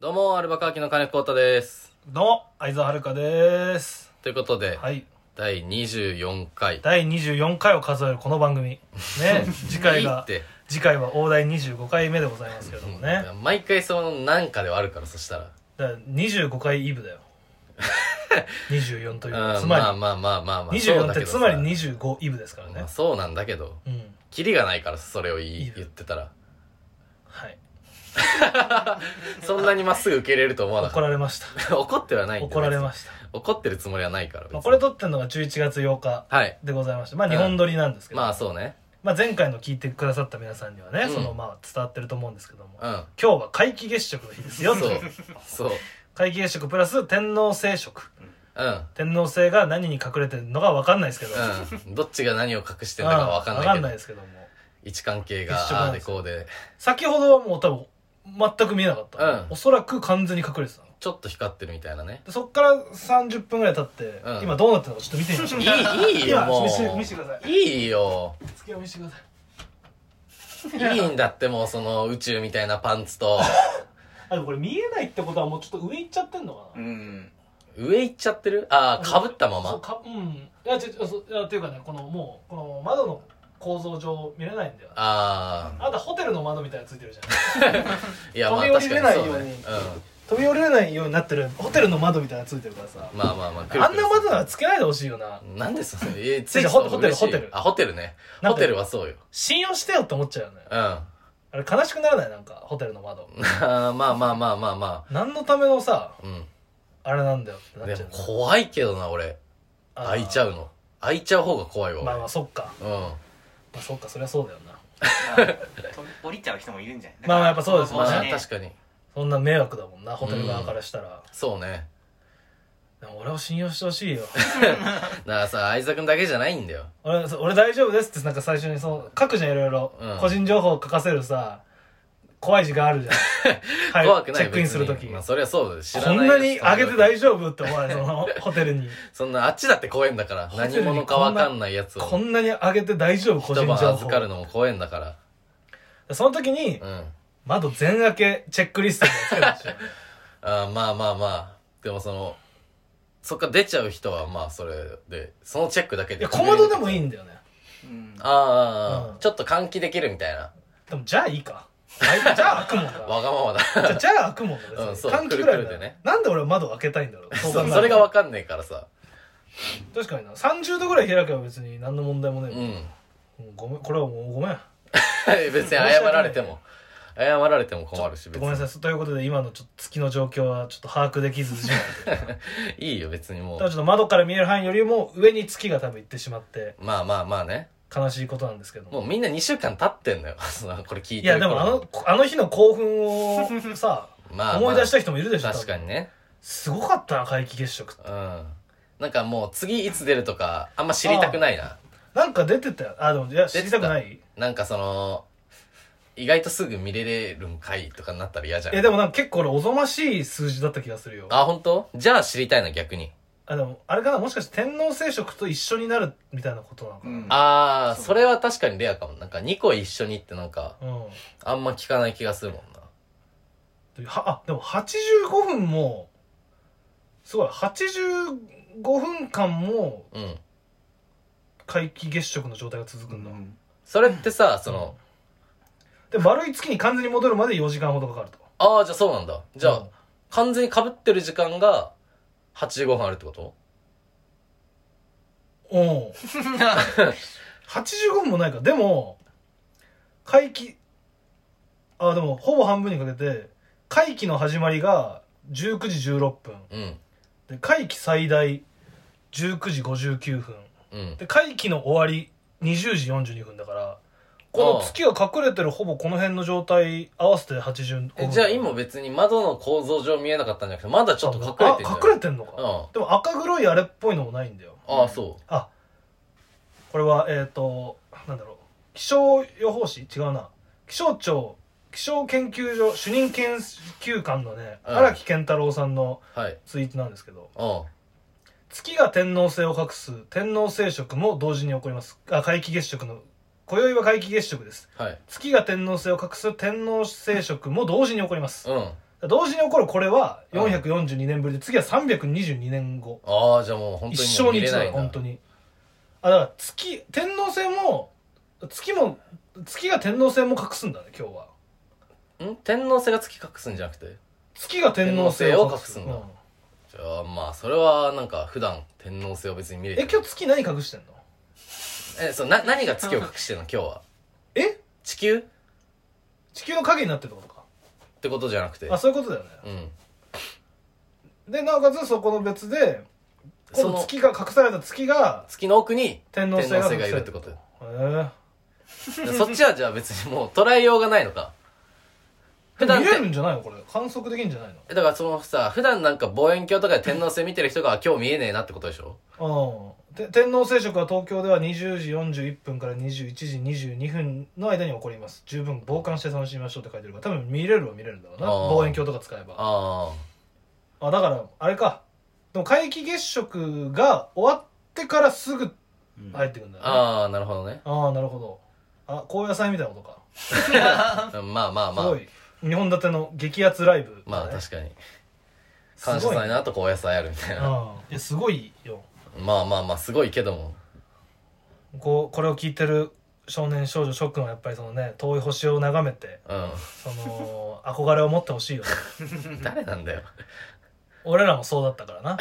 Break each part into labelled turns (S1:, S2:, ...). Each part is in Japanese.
S1: どうも、アルバカーキの金子太です。
S2: どうも、相沢遥です。
S1: ということで、
S2: はい。
S1: 第24回。
S2: 第24回を数えるこの番組。 ね。次回
S1: いい
S2: が
S1: っ、て、
S2: 次回は大台25回目でございますけどもね。
S1: 毎回そのなんかではあるから、そしたら。
S2: だから25回イブだ よ。24というの
S1: う
S2: は。つ
S1: ん、まあま
S2: ま
S1: あまあまあまあ。
S2: り、
S1: そう
S2: 24
S1: だ
S2: っ
S1: け
S2: て
S1: どさ
S2: つまり25イブですからね
S1: まあ。そうなんだけど、
S2: うん。
S1: キリがないから、それを言い
S2: いいよ
S1: 言ってたら。
S2: はい。
S1: そんなにまっすぐ受け入れると思わな
S2: 怒
S1: かっ
S2: られました。
S1: た。 怒ってはないんだ
S2: 怒られ
S1: 別
S2: ました。
S1: に怒ってるつもりはないから。別
S2: まあ、
S1: に
S2: これ撮ってるのが11月8日
S1: はい。
S2: でございまして、まあ日本撮りなんですけど、
S1: まあそうね。
S2: まあ前回の聞いてくださった皆さんにはね、
S1: うん
S2: そのまあ伝わってると思うんですけども、
S1: うん。
S2: 今日は皆既月食の日です
S1: そ
S2: よ
S1: う
S2: と。。
S1: そう。
S2: 皆既月食プラス天皇聖食
S1: うん。
S2: 天皇星が何に隠れてるのか分かんないですけど、
S1: うん。どっちが何を隠してんだかわかん
S2: わ
S1: ないけど。
S2: ですけども
S1: 位置関係
S2: 一緒
S1: が、あ
S2: な
S1: あ
S2: ん
S1: で
S2: です
S1: こうで、
S2: 先ほどはもう多分全く見えなかった、
S1: うん
S2: おそらく完全に隠れてたの
S1: ちょっと光ってるみたいなね。
S2: でそっから30分ぐらい経って、
S1: うん
S2: 今どうなってるのかちょっと見てみましょ う
S1: いいいいよ
S2: 今
S1: も
S2: 見せ見せて
S1: う
S2: くださ
S1: いいよ
S2: い月を見せてください
S1: いいんだってもうその宇宙みたいなパンツと
S2: あでもこれ見えないってことはもうちょっと上行っちゃってんのか
S3: う
S2: な、
S3: ん。
S1: 上行っちゃってるああかぶったま
S2: そう
S1: ま
S2: かうんいやちょそういやっていうかねこのもうこの窓の構造上見れないんだよ
S1: あ
S2: あんたホテルの窓みたいなのついてるじゃん
S1: あいやまあ
S2: 飛び降り
S1: 確
S2: れ
S1: か
S2: な
S1: に
S2: い
S1: そう
S2: よう
S1: ね
S2: に飛び降りれないようになってるホテルの窓みたいなのついてるからさ
S1: うんまあまあまあくる
S2: あ
S1: く
S2: ん
S1: る
S2: な窓ならつけないでほしいよな
S1: なんでそのえつい
S2: じゃあホホテルホテル
S1: あホテルね
S2: な
S1: ホ
S2: んか
S1: テルはそうよ
S2: 信用してよって思っちゃうよね
S1: うん あ
S2: あれ悲しくならないなんかホテルの窓
S1: ーまあまあまあまあま
S2: 何のためのさ
S1: あうん
S2: あれなんだよってなっ
S1: で
S2: ちゃ
S1: も
S2: う
S1: 怖いけどな俺開いちゃ
S2: う
S1: うの開いちゃう方が怖いわ
S2: まあま
S1: 俺
S2: あそっか、
S1: うん
S2: まあ、そっかそりゃそうだよな
S3: 降りちゃう人もいるんじゃない
S2: まあやっぱそうですよね
S1: まあ
S3: ね
S1: 確かに
S2: そんな迷惑だもんなホテル側からしたら、
S1: そうね
S2: でも俺を信用してほしいよ
S1: だからさ相沢君だけじゃないんだよ
S2: 俺そう俺大丈夫ですってなんか最初にそう書くじゃんいろいろ、
S1: うん
S2: 個人情報を書かせるさ怖い時間あ るじゃん
S1: 怖くない
S2: チェックインすると
S1: 別
S2: き、
S1: にまあそりゃそうです知ら
S2: こん
S1: や
S2: な
S1: つ
S2: に上げて大丈夫って思われそ のホテルに
S1: そんなあっちだって怖えんだ から
S2: ホテ
S1: 何
S2: ルに
S1: 者か分かんないやつ
S2: こ
S1: を
S2: んなに上げて大丈夫個人
S1: 一
S2: 情報
S1: 晩預かるのも怖えんだか
S2: その時に
S1: らうん
S2: 窓全開けチェックリストみたいなのつ けるでし
S1: あーまあまあまあでもそのそっから出ちゃう人はまあそれでそのチェックだけ
S2: ょい
S1: で
S2: や小窓でもいいんだよね
S3: うん
S1: ああ、
S2: うん
S1: ちょっと換気できるみたいな
S2: でもじゃあいい かあいじゃあ開くもん
S1: わ
S2: だ
S1: が ままだ
S2: じゃあじゃあ開くもんだ別に
S1: うんそう
S2: 換気ぐら
S1: くるく
S2: いだ
S1: るでね
S2: なんで俺は窓開けたいんだろう
S1: そう
S2: 考え
S1: う
S2: ると
S1: それが分かんねえからさ
S2: 確かにな30度ぐらい開けば別に何の問題も
S1: う
S2: ね
S1: ん
S2: えもうごめんこれはもうごめん
S1: 別に謝られても謝られても困るし別
S2: ごめんな
S1: に
S2: さいということで今のちょっと月の状況はちょっと把握できず じまい
S1: いいよ別にも
S2: ただ
S1: う
S2: ちょっと窓から見える範囲よりも上に月が多分行ってしまって
S1: まあまあまあね
S2: 悲しいことなんですけど
S1: も
S2: も
S1: うみんな2週間経ってんのよ そのこれ聞いて
S2: いやでもあ
S1: 頃
S2: のあの日の興奮をさ
S1: まあ、まあ、
S2: 思い出した人もいるでしょ
S1: 確かに
S2: ね
S1: ね
S2: すごかったな皆既月食って
S1: うんなんかもう次いつ出るとかあんま知りたくないな
S2: なんか出てたよあでもいや知りたくない
S1: なんかその意外とすぐ見れれるんかいとかになったら嫌じゃん
S2: いやでもなんか結構俺おぞましい数字だった気がするよあ
S1: あ本当じゃあ知りたいな逆に
S2: でもあれかなもしかして天皇聖職と一緒になるみたいなことなのか
S3: うん
S1: ああ
S3: そう
S1: それは確かにレアかもなんか2個一緒にってなんか
S2: なうん、
S1: あんま聞かない気がするもんな
S2: ではあでも85分もすごい85分間も
S1: うん
S2: 皆既月食の状態が続くんだ、
S1: それってさその
S2: で丸い月に完全に戻るまで4時間ほどかかると
S1: ああじゃあそうなんだじゃあ、
S2: うん
S1: 完全に被ってる時間が85分あるってこと
S2: うん。85分もないか。でも、会期、あ、でも、ほぼ半分にかけて、会期の始まりが19時16分。
S1: うん
S2: で、会期最大19時59分。
S1: うん
S2: で、会期の終わり20時42分だから、この月が隠れてるほぼこの辺の状態合わせて85
S1: え
S2: 分。
S1: じゃあ今別に窓の構造上見えなかったんじゃなくてまだちょっと隠れてんじゃ
S2: あ
S1: ん
S2: 隠れてんのか。
S1: うん
S2: でも赤黒いあれっぽいのもないんだよ。
S1: ああそ
S2: あこれはえっ、となんだろう気象予報士違うな気象庁気象研究所主任研究官のね
S1: うん
S2: 荒、木健太郎さんの
S1: うはい
S2: ツイートなんですけど
S1: うん
S2: 月が天王星を隠す天王星食も同時に起こりますあ皆既月食の今宵は皆既月食です
S1: はい
S2: 月が天王星を隠す天王星食も同時に起こります
S1: うん
S2: 同時に起こるこれは
S1: うん
S2: 442年ぶりで、次は322年後
S1: ああじゃあもう本
S2: 一
S1: 当にも
S2: 生
S1: う見
S2: に
S1: れ
S2: 一度
S1: ない
S2: だ
S1: んだ
S2: 本当にあだから月天王星も月も月が天王星も隠すんだね今日は
S1: ん天皇星が月隠すんじゃなくて
S2: 月が天王星を隠す
S1: 天王星を隠すんだじゃあまあそれはなんか普段天皇星を別に見れ
S2: うん
S1: て
S2: え今日月何隠してんの
S1: えそうな何が月を隠してるの今日は
S2: え
S1: 地球っ
S2: 地球の影になってるってことか
S1: てことじゃなくて
S2: あそういうことだよね
S1: うん
S2: でなおかつそこの別で
S1: そ
S2: 今度
S1: の
S2: 月が隠された月が
S1: 月の奥に
S2: 天王
S1: 天皇
S2: 星が
S1: 星
S2: 隠
S1: がいる
S2: され
S1: ってこと
S2: へえ
S1: そっちはじゃあ別にもう捉えようがないのか普段っ
S2: 見
S1: て
S2: れるんじゃないのこれ観測できるんじゃない
S1: だからそのさ普段なんか望遠鏡とかで天皇星見てる人が今日見えねえなってことでしょ
S2: のうんて天王星食は東京では20時41分から21時22分の間に起こります十分傍観して楽しみましょうって書いてるから多分見れるは見れるんだろうな
S1: あー
S2: 望遠鏡とか使えば
S1: あ
S2: あだからあれかでも皆既月食が終わってからすぐ入ってくるんだ
S1: あ
S2: よね
S1: ああなるほどね
S2: ああなるほどあ高野菜みたいなことか
S1: うんまあまあ
S2: す
S1: ま
S2: ご
S1: あ
S2: い2本立ての激アツライブ
S1: まあ
S2: だね
S1: 確かに感謝祭の後こう野菜あるみたいな
S2: うんいやすごいよ
S1: まあまあまあすごいけども
S2: こうこれを聞いてる少年少女諸君はやっぱりそのね遠い星を眺めて
S1: う
S2: その憧れを持ってほしいよね
S1: ん誰なんだよ
S2: 俺らもそうだったか らな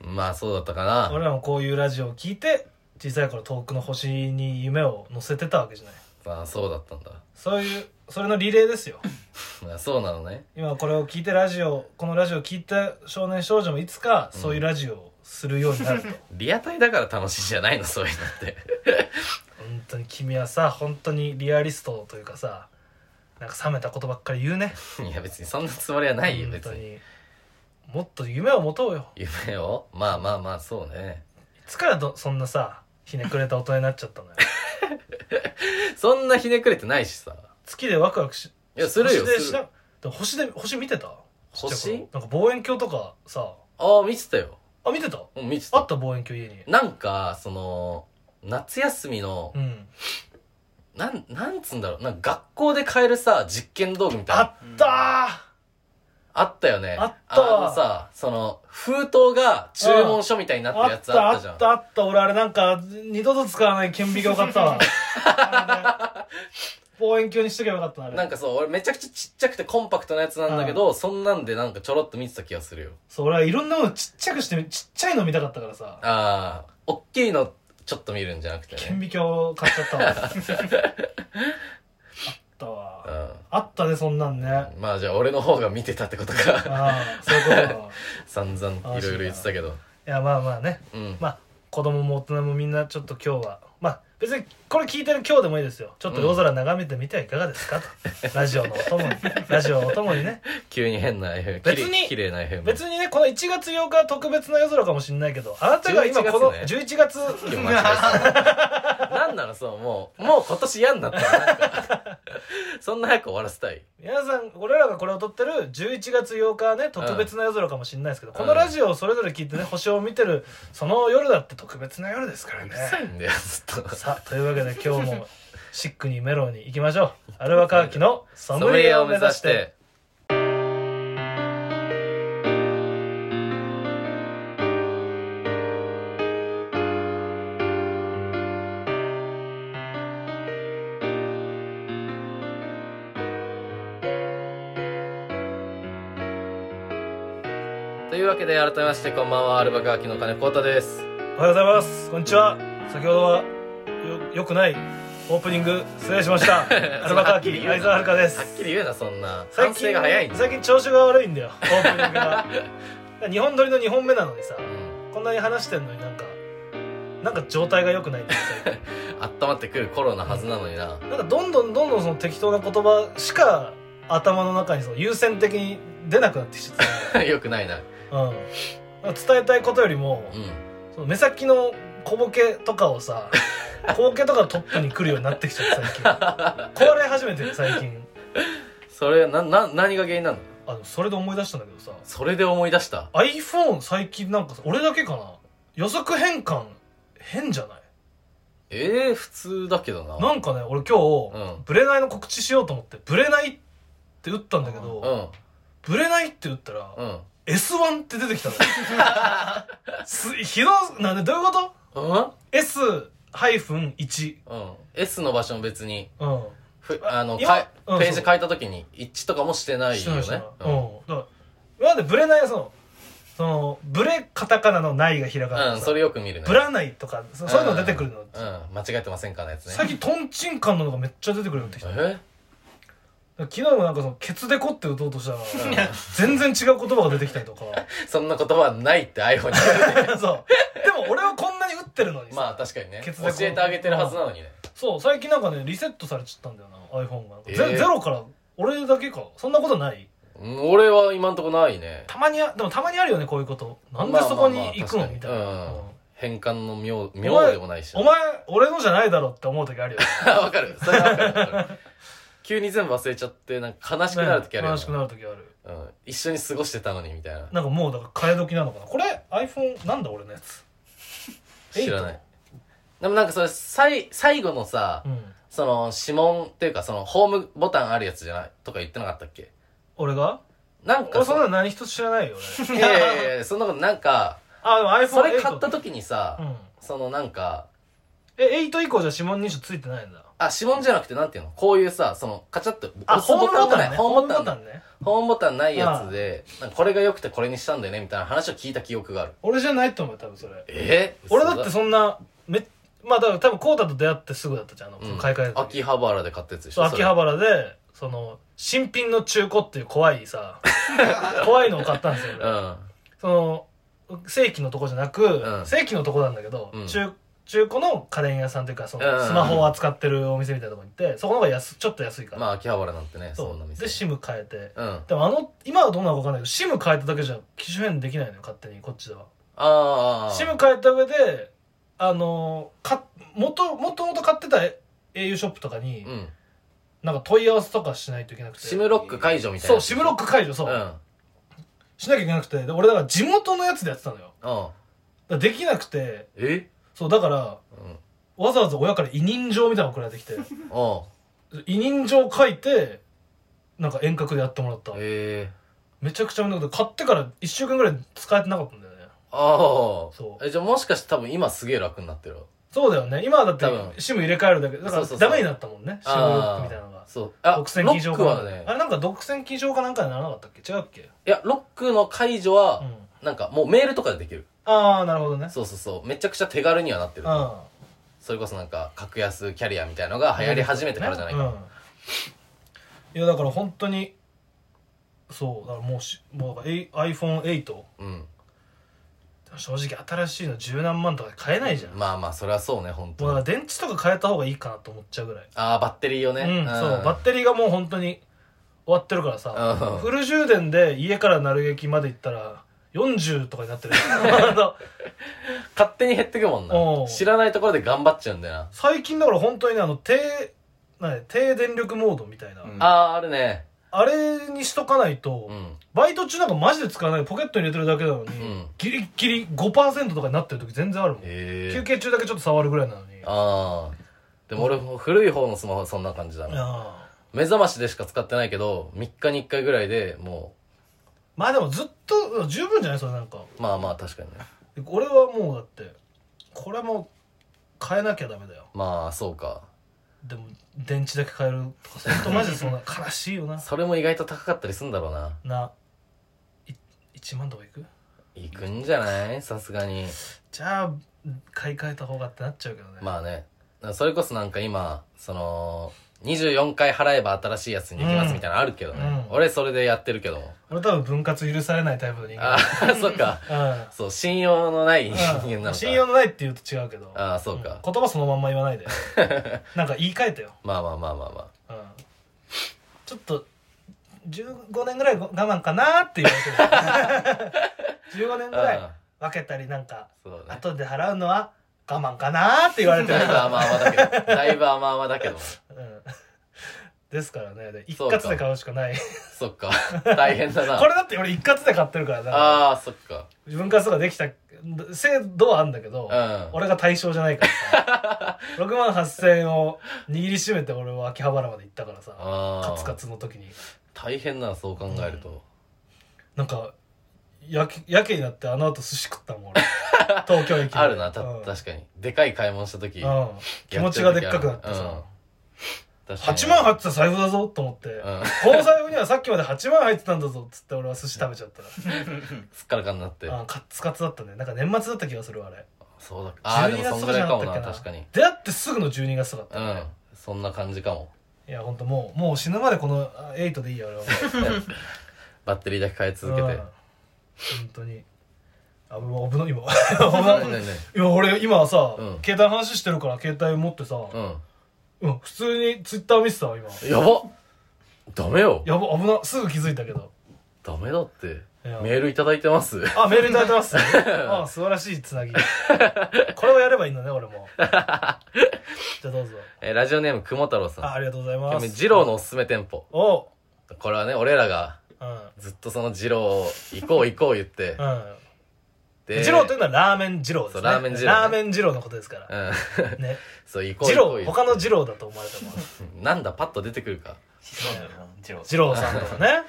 S1: まあそうだったかな
S2: 俺らもこういうラジオを聞いて小さい頃遠くの星に夢を乗せてたわけじゃない
S1: まあそうだったんだ
S2: そういうそれのリレーですよ
S1: まあそうなのね
S2: 今これを聞いてラジオこのラジオを聞いた少年少女もいつかそういうラジオをするようになると、
S1: リアタイだから楽しいじゃないのそういうのって
S2: 本当に君はさ本当にリアリストというかさなんか冷めたことばっかり言うね
S1: いや別にそんなつもりはないよ
S2: 本
S1: 別
S2: 当
S1: に
S2: にもっと夢を持とうよ
S1: 夢をまあまあまあそうね
S2: いつからどそんなさひねくれた大人になっちゃったのよ
S1: そんなひねくれてないしさ
S2: 月でワクワクし
S1: いやするよ
S2: 星です
S1: る
S2: しなでも星で星見てた
S1: 星
S2: ちっちゃい頃なんか望遠鏡とかさ
S1: ああ見てたよ
S2: あ見てた
S1: うん見て
S2: あったた望遠鏡家に
S1: なんかその夏休みの
S2: うん
S1: なんなんつうんだろうなんか学校で買えるさ実験道具みたい
S2: あ
S1: な
S2: ったー
S1: あったよね
S2: あったわ
S1: あのさその封筒が注文書みたいになってる
S2: あ
S1: や
S2: っ
S1: つ
S2: た
S1: あ
S2: あ
S1: ったじゃん
S2: ったあった俺あれなんか二度と使わない顕微鏡買った わあれね望遠鏡にしとけばよかったなあれ
S1: なんかそう俺めちゃくちゃちっちゃくてコンパクトなやつなんだけどそんなんでなんかちょろっと見てた気がするよ
S2: そう俺はいろんなものちっちゃくしてちっちゃいの見たかったからさ
S1: ああおっきいのちょっと見るんじゃなくて
S2: 顕
S1: ね
S2: 微鏡買っちゃったわあったわ
S1: うん
S2: あったねそんなんねあ
S1: まあじゃあ俺の方が見てたってことか
S2: あそういうことだわ
S1: 散々いろいろ言ってたけど
S2: いやまあまあね
S1: うん
S2: まあ子供も大人もみんなちょっと今日はまあ別にこれ聞いてる今日でもいいですよちょっと夜空眺めてみてはいかがですかと、ラジオのお供にラジオのお供にね
S1: 急に変な FM
S2: 別
S1: きれ
S2: に
S1: い綺麗な FM
S2: 別にねこの1月8日は特別な夜空かもしれないけどあなたが今この11月
S1: いや間違えたなんならそうもうもう今年嫌になったらなんかそんな早く終わらせたい
S2: 皆さん俺らがこれを撮ってる11月8日はね特別な夜空かもしれないですけど、このラジオをそれぞれ聞いてね星を見てるその夜だって特別な夜ですか ら
S1: う
S2: ね
S1: るさいんだよずっと
S2: さあというわけで今日もシックにメロンに行きましょうアルバカーキのソムリエを目指して
S1: というわけで改めましてこんばんはアルバカーキの金子太です
S2: おはようございますこんにちは先ほどはよよくないオープニング失礼しました アルバカーキ相沢遥です
S1: はっきり言うなそんな反省が早いんだよ
S2: 最近調子が悪いんだよオープニングが 日本撮りの2本目なのにさ
S1: うん
S2: こんなに話してんのになんかなんか状態が良くないんですよ
S1: 温まってくる頃のはずなのにな
S2: なんかどんどんどんどんその適当な言葉しか頭の中にその優先的に出なくなってきちゃっ
S1: よくないな
S2: た、うん、なんか伝えたいことよりも、
S1: うん
S2: その目先の小ボケとかを さ小ボケとかトップに来るようになってきちゃった最近壊れ始めてる最近
S1: それなな何が原因なの
S2: あのそれで思い出したんだけどさ
S1: それで思い出した
S2: iPhone 最近なんかさ俺だけかな予測変換変じゃない
S1: ええ普通だけどな
S2: なんかね俺今日、
S1: うん
S2: ブレないの告知しようと思ってブレないってって打ったんだけど、
S1: うん
S2: ブレないって打ったら、
S1: うん
S2: S1 って出て きたのすひどいなんでどういうこと
S1: うん、
S2: ?S-1
S1: うん、S の場所も別に
S2: うん
S1: ふあの
S2: 今
S1: かい
S2: うん
S1: ページ変えた時に一致とかもしてない
S2: して
S1: よね
S2: ないしてない
S1: うんうん
S2: うんだから今までブレないそのそのブレカタカナの「ない」がひらがな、
S1: それよく見るね
S2: ブラないとかそそういうの出てくるの、
S1: うん、うん間違えてませんかのやつね
S2: 最近トンチンカンののがめっちゃ出てくるようになってきた
S1: え
S2: 昨日もなんかそのケツデコって打とうとしたら
S1: うん
S2: 全然違う言葉が出てきたりと か
S1: そんな言葉ないって iPhone に書いてる
S2: そうでも俺はこんなに打ってる のにさ、
S1: まあ確かにね
S2: ケツ
S1: 教
S2: でこう
S1: えてあげてるはずなのにね
S2: そう最近なんかねリセットされちゃったんだよな iPhone がなんか、
S1: えー
S2: ゼゼロから俺だけかそんなことない
S1: うん俺は今んとこないね
S2: たまにあでもたまにあるよねこういうことなんでそこに行く
S1: まあまあまあ確か
S2: の
S1: に
S2: みたいな、
S1: うん
S2: うん
S1: 変換の妙
S2: 前
S1: 妙でもないし
S2: お前俺のじゃないだろって思う時あるよ
S1: わかるそれはわかるわかる急に全部忘れちゃってなんか悲しくなる時あるよね
S2: ね悲しくなる時ある
S1: うん、一緒に過ごしてたのにみたいな
S2: なんかもうだから替え時なのかなこれ iPhone なんだ俺のやつ
S1: 知らないでもなんかそれさい最後のさ、
S2: うん
S1: その指紋っていうかそのホームボタンあるやつじゃないとか言ってなかったっけ
S2: 俺が
S1: なんか
S2: 俺そんな
S1: さ
S2: の何一つ知らないよ俺
S1: いやいやいやそんなことなんか
S2: あでも iPhone
S1: それ買った時にさ、
S2: うん
S1: そのなんか
S2: え8以降じゃ指紋認証ついてないんだ
S1: あ指紋じゃなくてなんていうのこういうさそのカチャッと
S2: あ
S1: 押す
S2: ホームボタン
S1: な
S2: ね
S1: いホームボ
S2: ホ
S1: タン
S2: ームね
S1: ホームボタンないやつでなんかこれが良くてこれにしたんだよねみたいな話を聞いた記憶がある
S2: 俺じゃないと思うよ多分それ
S1: えー、
S2: 俺だって
S1: 嘘
S2: そんなめまあだから多分コータと出会ってすぐだったじゃんあの、
S1: うん
S2: 買い替えた時
S1: 秋葉原で買ったやつでし
S2: そう
S1: ょ
S2: 秋葉原でその新品の中古っていう怖 いさ怖いのを買ったんですよ俺、
S1: 原
S2: その正規のとこじゃなく、
S1: うん
S2: 正規のとこなんだけど、
S1: うん
S2: 中中古の家電屋さんというかその
S1: うんうんうん
S2: スマホを扱ってるお店みたいなとこに行ってそこの方が安ちょっと安いか
S1: うん
S2: ら、
S1: まあ秋葉原なんてねそ
S2: そ
S1: んな
S2: う
S1: 店
S2: で SIM 変えて
S1: うんあ
S2: でもあの今はどうなのか分かんないけど SIM 変えただけじゃ機種変できないのよ勝手にこっちでは
S1: あ
S2: SIM 変えた上であのーか元元々買ってた au ショップとかに、
S1: うん
S2: なんか問い合わせとかしないといけなくて
S1: シムロック解除みたい
S2: そう
S1: な
S2: SIM ロック解除そう、
S1: うん
S2: しなきゃいけなくてで俺だから地元のやつでやってたのよ
S1: うん
S2: だからできなくて
S1: え
S2: そうだから
S1: うん
S2: わざわざ親から委任状みたいなの送られてきて
S1: お
S2: 委任状書いてなんか遠隔でやってもらった
S1: ええ
S2: めちゃくちゃ面倒くさい買ってから1週間ぐらい使えてなかったんだよね
S1: あ
S2: そう
S1: あえじゃあもしかして多分今すげえ楽になってる
S2: そうだよね今はだって
S1: 多分
S2: SIM 入れ替えるだけだか
S1: そう
S2: ら
S1: そうそう
S2: ダメになったもんね SIM ロックみたいなのが
S1: そうあロ
S2: 独占禁
S1: ッ
S2: 止
S1: ク
S2: 法か
S1: は
S2: な
S1: ね
S2: あれなんか独占禁止法かなんかにならなかったっけ違うっけ
S1: いやロックの解除
S2: う
S1: は
S2: ん
S1: なんかもうメールとかでできる
S2: ああなるほどね
S1: そうそうそうめちゃくちゃ手軽にはなってる
S2: うん
S1: それこそなんか格安キャリアみたいのが流行り始めてからじゃないか
S2: うんいやだから本当にそうだからもうしもうだからえ iPhone8
S1: うん
S2: 正直新しいの十何万とかで買えないじゃん、も
S1: まあまあそれはそうね本
S2: うだ
S1: 当
S2: から
S1: に
S2: 電池とか変えた方がいいかなと思っちゃうぐらい、
S1: ああバッテリーをね
S2: うんそうバッテリーがもう本当に終わってるからさ、
S1: うん
S2: フル充電で家から鳴る劇まで行ったら40とかになってる あの
S1: 勝手に減ってくもん
S2: お
S1: な
S2: う
S1: 知らないところで頑張っちゃうんだよな
S2: 最近だから本当にねあの低なん低電力モードみたいな、
S3: うん
S1: あああるね
S2: あれにしとかないと、
S1: うん
S2: バイト中なんかマジで使わないポケットに入れてるだけなのに、
S1: うん
S2: ギリギリ5%とかになってる時全然あるもん、
S1: へ
S2: 休
S1: え
S2: 憩中だけちょっと触るぐらいなのに
S1: ああでも俺も古い方のスマホはそんな感じだな
S2: ああ
S1: 目覚ましでしか使ってないけど3日に1回ぐらいでも
S2: まあでもずっと十分じゃないそれなんか
S1: うまあまあ確かにね
S2: 俺はもうだってこれも変えなきゃダメだよ
S1: まあそうか
S2: でも電池だけ変えるとかほんとマジでそんな悲しいよな
S1: それも意外と高かったりするんだろうな
S2: ない1万とかいく
S1: 行くんじゃないさすがに
S2: じゃあ買い替えた方がってなっちゃうけどね、
S1: まあねそれこそなんか今その24回払えば新しいやつにできますみたいなのあるけどね、
S2: うん
S1: 俺それでやってるけども
S2: 俺多分分割許されないタイプの人間
S1: ああ そっか
S2: うん
S1: そう信用のない人間なの
S2: うん
S1: か
S2: 信用のないって言うと違うけど
S1: ああそうか、
S2: ん言葉そのまんま言わな いでなんか言い換えたよ、
S1: まあまあまあまあまあ
S2: うん、ちょっと15年ぐらい我慢かなって言わ れてる15年ぐらい分けたりなんか
S1: そうね
S2: 後で払うのは我慢かなって言われてる
S1: だい、ぶ甘々だけどだいぶ甘々だけど
S2: うん、ですからねで一
S1: そうか
S2: 括で買うしかない
S1: そっ か大変だな
S2: これだって俺一括で買ってるからな
S1: ああそっか
S2: 分割とかできた制度はあるんだけど、
S1: うん
S2: 俺が対象じゃないから さ6万8000円を握りしめて俺は秋葉原まで行ったからさ
S1: あー
S2: カツカツの時に
S1: 大変なそう考えると、
S2: なんかやけやけになってあの後寿司食っ たもん俺東京駅で
S1: あるなた、
S2: うん
S1: 確かにでかい買い物した時やっ
S2: うん気持ちがでっかくなっ
S1: ち
S2: て
S1: ゃう時ある
S2: さ、
S1: うん確かに
S2: 8万入ってた財布だぞと思って、
S1: うん
S2: この財布にはさっきまで8万入ってたんだぞっつって俺は寿司食べちゃったら
S1: すっからかになって
S2: あカッツカツだったねなんか年末だった気がするあれ
S1: そうだああで
S2: 12
S1: もそんぐらいかもな
S2: 月とかじゃなかったっ
S1: 確かに
S2: 出会ってすぐの12月とかだっ
S1: う
S2: たよ
S1: ん
S2: ね、
S1: そんな感じかも
S2: いやほんともうもう死ぬまでこのあ8でいいよ俺はもう
S1: バッテリーだけ変え 続けて、
S2: うん本当にあもう 危ない今
S1: ね
S2: 危
S1: え
S2: ない
S1: ね
S2: 今俺今さ、
S1: うん
S2: 携帯の話してるから携帯持ってさ、
S1: えね
S2: うん普通にツイッター見てたわ今
S1: えうんやばダメよ
S2: やば危なすぐ気づいたけど
S1: ダメだって
S2: いや
S1: メールいただいてます
S2: あメールいただいてます あ素晴らしいつなぎこれをやればいいんだね 俺もじゃあどうぞ
S1: えラジオネーム雲太郎さん
S2: あありがとうござい
S1: 今
S2: ま
S1: 日
S2: す
S1: ね二郎のおすすめ店舗
S2: おう
S1: これはね俺らが
S2: うん
S1: ずっとその二郎行こう行こう言って
S2: うん
S1: で
S2: 二郎というのはラーメン二郎です
S1: そ
S2: ね
S1: うラーメン二郎ね
S2: ラーメン二郎のことですから
S1: うん
S2: ね
S1: そう行こう
S2: 二
S1: 行こう
S2: 郎
S1: 言って
S2: 他の二郎だと思われても
S1: なんだパッと出てくるか
S3: そうだよなジロー
S2: 二郎さんとかね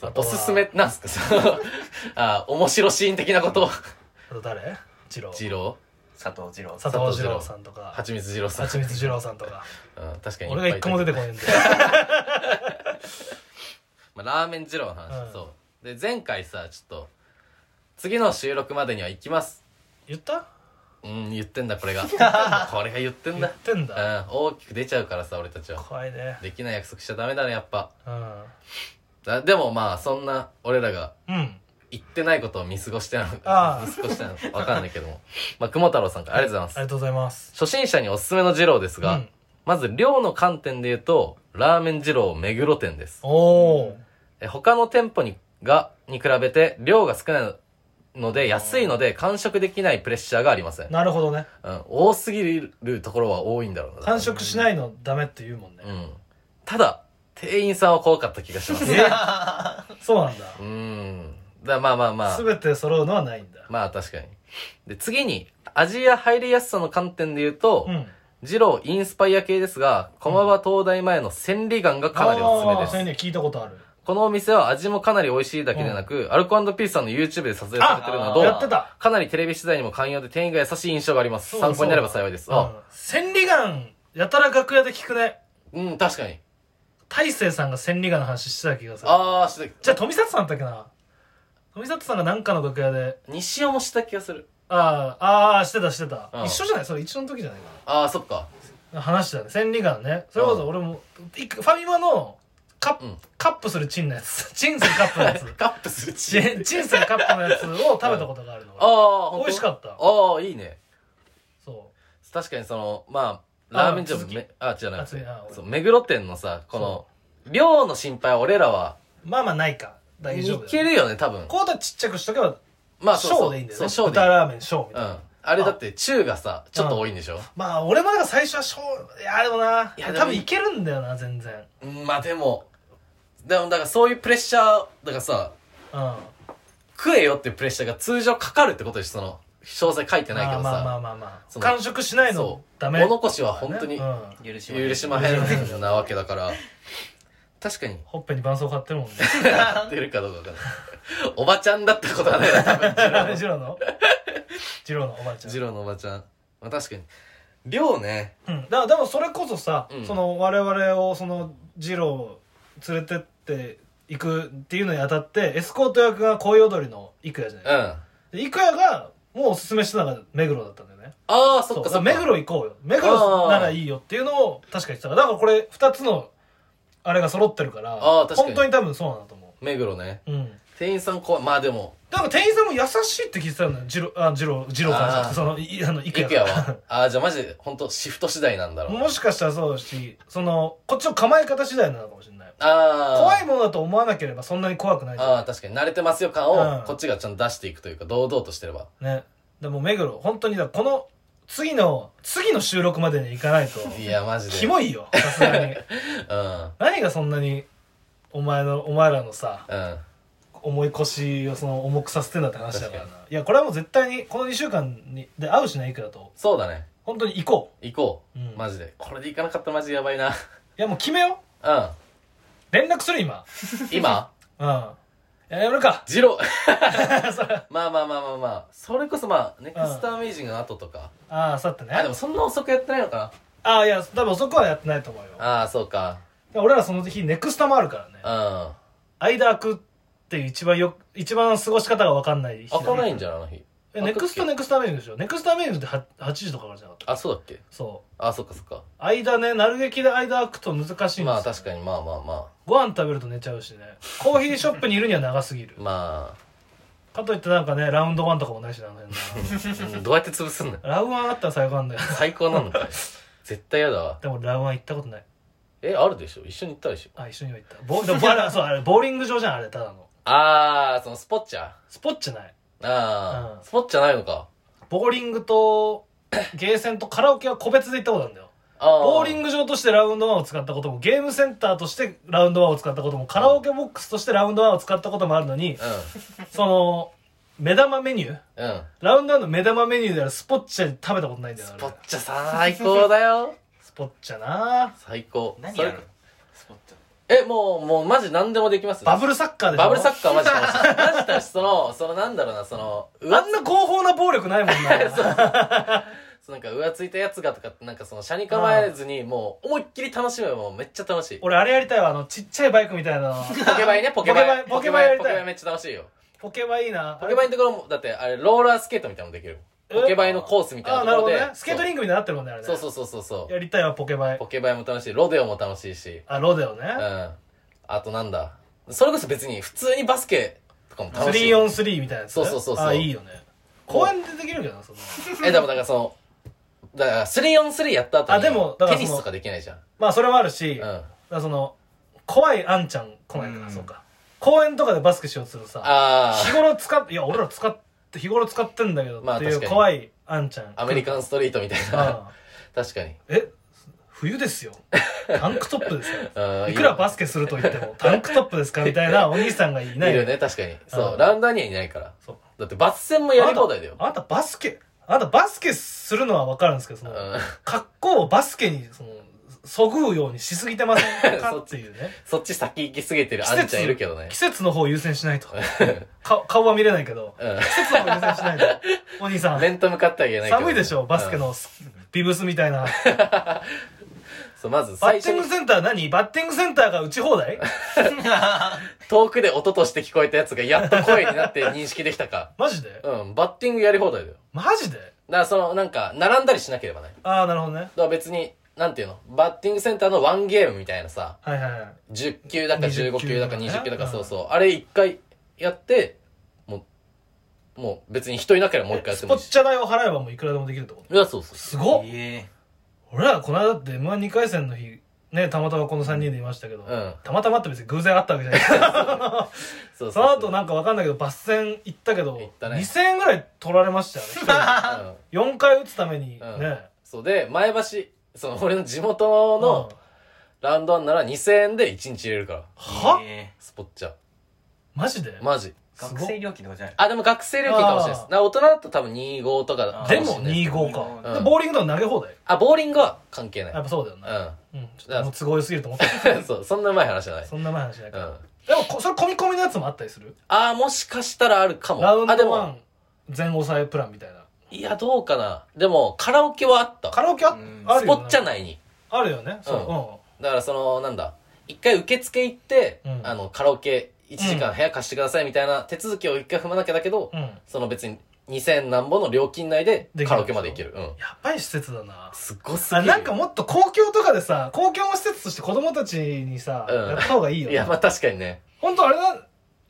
S1: そう
S2: あと
S1: お
S2: は
S1: すすめなんすかそのあ面白シーン的なこと
S2: あと誰二郎
S1: 二郎
S3: 佐藤二郎
S2: 佐藤二郎さんとか
S1: はちみつ二郎さん、
S2: はちみつ二郎さんとか
S1: うん、確かに
S2: 俺が一個も出てこないんで
S1: まあ、ラーメン二郎の話、
S2: うん
S1: そうで前回さちょっと次の収録までには行きます
S2: 言った
S1: うん言ってんだこ れがこれが言ってん
S2: 言っ
S1: だ
S2: てん
S1: う
S2: だ
S1: ん大きく出ちゃうからさ俺たちは
S2: 怖いね
S1: できない約束しちゃダメだねやっぱ
S2: うん
S1: だでもまあそんな俺らが
S2: うん
S1: 言ってないことを見過ごしてなの
S2: ああ
S1: 見過ごしてなのか分かんないけどもまあ雲太郎さんからありがとうございま
S2: あ
S1: す
S2: りがとうございます
S1: 初心者におすすめの二郎ですが、
S2: うん
S1: まず量の観点で言うとラーメン二郎目黒店です
S2: おお
S1: え他の店舗にがに比べて量が少ないので安いので完食できないプレッシャーがありません、
S2: なるほどね
S1: うん、多すぎるところは多いんだろうな
S2: 完食しないのダメって言うもんね
S1: うんただ店員さんは怖かった気がします
S2: えそうなんだ
S1: うんだまあまあまあ
S2: 全て揃うのはないんだ
S1: まあ確かにで次に味や入りやすさの観点で言うと、
S2: うん
S1: 二郎インスパイア系ですが駒場東大前の千里眼がかなりおすすめです
S2: あーそういうの聞いたことある
S1: このお店は味もかなり美味しいだけでなく、アルコピースさんの YouTube で撮影されてるな
S3: ど
S1: ど
S3: うあ
S2: やってた
S1: かなりテレビ取材にも寛容で店員が優しい印象があります
S2: そうだ
S1: 参考になれば幸いですあ
S2: うん千里眼やたら楽屋で聞くね
S1: うん、確かに
S2: 大勢さんが千里眼の話してた気がする
S1: ああして
S2: じゃあ富里さんだったっけな富里さんが何かの楽屋で
S1: 西尾もした気がする
S2: あーあーしてたしてた、
S1: うん
S2: 一緒じゃないそれ一緒の時じゃないか
S1: ああそっか
S2: な話してたね千里眼ねそれこそ俺も、いくファミマのカップ、
S1: うん
S2: カップするチンのやつ チンする カップのやつ
S1: カップする
S2: チンチンするカップのやつを食べたことがあるの
S1: ああ
S2: 俺
S1: 本当
S2: 美味しかった
S1: ああいいね
S2: そ
S1: 確かにそのまあラーメンジョ
S2: あ
S1: ブめあ違うな
S2: あ次あ
S1: そう目黒店のさこの量の心配は俺らは
S2: うまあまあないか大丈夫
S1: い
S2: だ
S1: け
S2: よ
S1: るよね多分
S2: こうだとちっちゃくしとけば
S1: まあ
S2: シ
S1: そうそ
S2: ョー
S1: う
S2: でいいんだよ
S1: そう
S2: ね
S1: ショーでいい
S2: 豚ラーメンショーみ
S1: う
S2: たいな、
S1: んあれだって中がさちょっと多いんでしょ
S2: まあ俺もだから最初はショーいやでもない
S1: やでも
S2: 多分いけるんだよな全然
S1: うんまあでもでもだからそういうプレッシャーだからさ
S2: うんま
S1: 食えよっていうプレッシャーが通常かかるってことでしょその詳細書いてないけ
S2: あ
S1: ど
S2: まあまあ
S1: さ
S2: まあまあ
S1: その
S2: 完食しないの
S1: そう
S2: ダメ
S1: 物腰は本当に
S2: うん
S3: 許し
S1: 許しまへんなわけだ から確かに
S2: ほっぺに絆創膏貼って るもんね
S1: やってるかどうかわかんないおばちゃんだったことはないな多 分
S2: ジローのジローのおばあちゃん
S1: 次郎のおばちゃん、まあ、確かに量ね
S2: うん、だからでもそれこそさ、
S1: うん
S2: その我々をそのジロー連れてって行くっていうのにあたってエスコート役が恋踊りのイクヤじゃ
S1: う
S2: なんい、
S1: あ
S2: でイクヤがもうおすすめしてたのが目黒だったんだよね
S1: あそっかそうっ
S2: そ
S1: か
S2: 目黒行こうよ目黒ならいいよっていうのを確か言ってたからだからこれ2つのあれが揃ってるから
S1: あー確かに
S2: 本当に多分そうなんだと思
S1: 目黒ね
S2: ううん
S1: 店員さん怖いまあでも
S2: だから店員さんも優しいって聞いてたんだよジロあジロジロさんじゃなく
S1: あー
S2: てそのいあのいく
S1: 郁
S2: や
S1: 也はああじゃあマジで本当シフト次第なんだろう
S2: もしかしたらそうだしそのこっちの構え方次第なのかもしれない
S1: ああ
S2: 怖いものだと思わなければそんなに怖くないじゃ
S1: あ
S2: ん
S1: あ確かに慣れてますよ感
S2: う
S1: を
S2: ん
S1: こっちがちゃんと出していくというか堂々としてれば
S2: ねでも目黒本当にだからこの次の次の収録までに行かないと
S1: いやマジで
S2: キモいよさすがに
S1: うん
S2: 何がそんなにお前のお前らのさ
S1: うん
S2: 重い腰をその重くさせてんだって話だから ないやこれはもう絶対にこの2週間にで会うしないくらと
S1: そうだね
S2: 本当に行こ
S1: 行こ
S2: う、うん
S1: うマジでこれで行かなかったらマジでやばいな
S2: いやもう決めよ
S1: うん
S2: う連絡する今
S1: 今
S2: うんいややめるか
S1: ジロー
S2: それ
S1: まあまあまあまあまあそれこそまあネクストアメージングの後とか
S2: ああそうだったね
S1: あでもそんな遅くやってないのか
S2: ああいや多分そこはやってないと思うよ
S1: なああそうか
S2: 俺らその日ネクスタもあるからね
S1: うんあ
S2: 間空くっていう一番よ一番過ごし方が分かんない日だね
S1: かないんじゃないあの日
S2: え
S1: 開
S2: ネ
S1: くっけ
S2: クストネクストアメージングでしょネクストアメージングっては8時とかからじゃなかった
S1: あそうだっけ
S2: そう
S1: あそっかそっか
S2: 間ねなる劇で間空くと難しいんですよ
S1: まあ確かにまあまあま
S2: ご飯食べると寝ちゃうしねコーヒーショップにいるには長すぎ る
S1: あま
S2: かといってなんかねラウンドワンとかもないしなあの辺な
S1: あうんどうやって潰すんの
S2: ラウワンあったら最高なんだよ
S1: 最高なのかよ絶対嫌だわ
S2: でもラウワン行ったことない
S1: えあるでしょ一緒に行ったでしょ
S2: あ一緒には行ったボでもボラそうあれボーリング場じゃんあれただの
S1: ああそのスポッチャ
S2: スポッチゃない
S1: ああ、
S2: うん
S1: スポッチャないのか
S2: ボーリングと ゲーセンとカラオケは個別で行ったことあるんだよ
S1: ああ
S2: ボーリン
S1: グ
S2: グ場としてラウンドワンを使ったこともゲームセンターとしてラウンドワンを使ったこともカラオケボックスとしてラウンドワンを使ったこともあるのにその目玉メニュー
S1: うんうん
S2: ラウンドワンの目玉メニューであるスポッチャ食べたことないんだよ
S1: ス
S2: あれ
S1: ポッチャ最高だよ
S2: スポッチャな
S1: 最高
S3: 何
S1: それ
S3: やるのスポット
S1: えもうもうマジ何でもできますよ
S2: バブルサッカーでしょ
S1: バブルサッカーマジ楽しい マジ楽しいそのそのなんだろうなそのう
S2: あ
S1: わ
S2: んな合法な暴力ないもん な
S1: なんか浮ついたやつがとかってなんかその車に構えずにもう思いっきり楽しめばもうめっちゃ楽しいポ
S2: 俺あれやりたいわあのちっちゃいバイクみたいなの
S1: ケバイねポケバイ
S2: ポケバイやり
S1: ポ
S2: たい
S1: ケバイめっちゃ楽しいよ
S2: ポケバいいな
S1: ポケバイのところもだってあれローラースケートみたいなのもできる
S2: え
S1: ポケバイのコースみたい
S2: ああ
S1: な
S2: な
S1: とこ
S2: るほ
S1: ろ
S2: ど
S1: で
S2: ねスケートリングみたいになってるもんねあれね
S1: そうそうそうそうそう
S2: やりたいわポケバイ
S1: ポケバイも楽しいロデオも楽しいし
S2: あロデオ
S1: う
S2: ね
S1: んあとなんだそれこそ別に普通にバスケとかも楽しい
S2: 3on3 みたいなやつ
S1: そうそうそうそう
S2: あいいよね公園でできるけどなその
S1: えでもだからそのだから 3on3 やった後に
S2: あでもだから
S1: テ
S2: その
S1: ニスとかできないじゃん
S2: まあそれもあるし
S1: うん
S2: だか
S1: あ
S2: らその怖いあんちゃん来ないから
S3: うん
S2: そうか公園とかでバスケしようとするとさ
S1: あ
S2: 日頃使っていや俺ら使って日頃使ってんだけど
S1: まあ
S2: ってい
S1: 確か
S2: う
S1: に
S2: 怖いあんちゃん
S1: アメリカンストリートみたいな
S2: ああ
S1: 確かに
S2: え冬ですよ タンクトップですよ
S1: うん
S2: いくらバ
S1: ス
S2: スケすると言って もタンクトップですかみたいなお兄さんがい
S1: い
S2: ない
S1: るよね確かにそううんラウンダーにはいないから
S2: そう
S1: だってバス戦もやり放題だよ
S2: あなたバスケあなたバスケするのは分かるんですけどその
S1: うん
S2: 格好をバスケにそのそぐうようにしすぎてませんか
S1: そっ
S2: っ
S1: ち
S2: ていうね
S1: そっち先行きすぎてるあんちゃんいるけどね
S2: 季節の方を優先しな いとか顔は見れないけど
S1: うん
S2: 季節の方を優先し ないとお兄さん
S1: 面と向かってはいけないけど
S2: 寒いでしょバスケ
S1: うん
S2: のビブスみたいな
S1: そうまず
S2: バ
S1: 最
S2: ッ
S1: 初
S2: ティン
S1: に
S2: グセンター何バッティングセンターが打ち放題
S1: 遠くで音として聞こえたやつがやっと声になって認識できたか
S2: マジで
S1: うんバッティングやり放題だよだか
S2: マジで
S1: らそのなんか並んだりしなければない
S2: ああなるほどね
S1: だから別になんていうのバッティングセンターのワンゲームみたいなさ
S2: はいはいはい
S1: 10球だか15球だか
S2: 20
S1: 20球だか
S2: うん
S1: そうそうあれ1回やってもうもう別に人いなければもう1回やっ
S2: ス
S1: て
S2: ポ
S1: もい
S2: ッ
S1: いし
S2: チャ代を払えばもういくらでもできるってこと
S1: いやそうそう
S2: すごっ
S3: え
S2: 俺らこの間だって m 1 2回戦の日ねたまたまこの3人でいましたけど、
S1: うん
S2: たまたまって別に偶然あったわけじゃないから
S1: そう
S2: その後なんかわかんないけどバス戦行ったけど
S1: 行ったね
S2: 2000円ぐらい取られましたよね
S1: うん
S2: 一人4回打つためにね、
S1: うんそうで前橋その俺の地元
S2: こ
S1: のラウンドワンなら2000円で1日入れるから
S2: は、
S3: え
S1: スポッチャ
S2: マジで、
S1: マジ
S2: すごっ
S3: 学生料金とかじゃない
S1: あ、でも学生料金かもしれないです。
S2: あー
S1: な大人だと多分25とかだ
S3: あ
S2: で
S1: かし
S2: も
S1: れないす
S2: 25
S3: うん
S2: か、でボーリングとか投げ放題
S1: あ、ボーリングは関係ない。
S2: やっぱそうだよねうん、ちょっともう都合良すぎると思って
S1: うん。そう、そんなうまい話じゃない。
S2: そんな前話じゃないか
S1: う
S2: ら、
S1: ん。
S2: でもこそれ込み込みのやつもあったりする
S1: あー、もしかしたらあるかも。
S2: ラウン
S1: あ、で
S2: ドワ
S1: も、
S2: ン全抑えプランみたいない
S1: や、どうかな。でも、カラオケはあった。
S2: カラオケあ,、
S3: うん
S2: あ
S1: ス
S2: る
S1: ポ
S2: よ
S1: ッ
S2: ね
S1: チャ内に。
S2: あるよねそう、
S1: うん
S2: うん
S1: だから、その、なんだ。一回受付行って、
S2: うん
S1: あの、カラオケ1時間
S2: うん
S1: 部屋貸してくださいみたいな手続きを一回踏まなきゃだけど、
S2: うん、
S1: その別に2000何本の料金内で
S2: できる
S1: カラオケまで行ける。うん。
S2: やばい施設だな
S1: すっごすぎ
S2: あ
S1: る。
S2: なんかもっと公共とかでさ公共の施設として子供たちにさ、
S1: うん
S2: やった方がいい
S1: い
S2: よね
S1: や、まあ確かにね。
S2: 本当あれな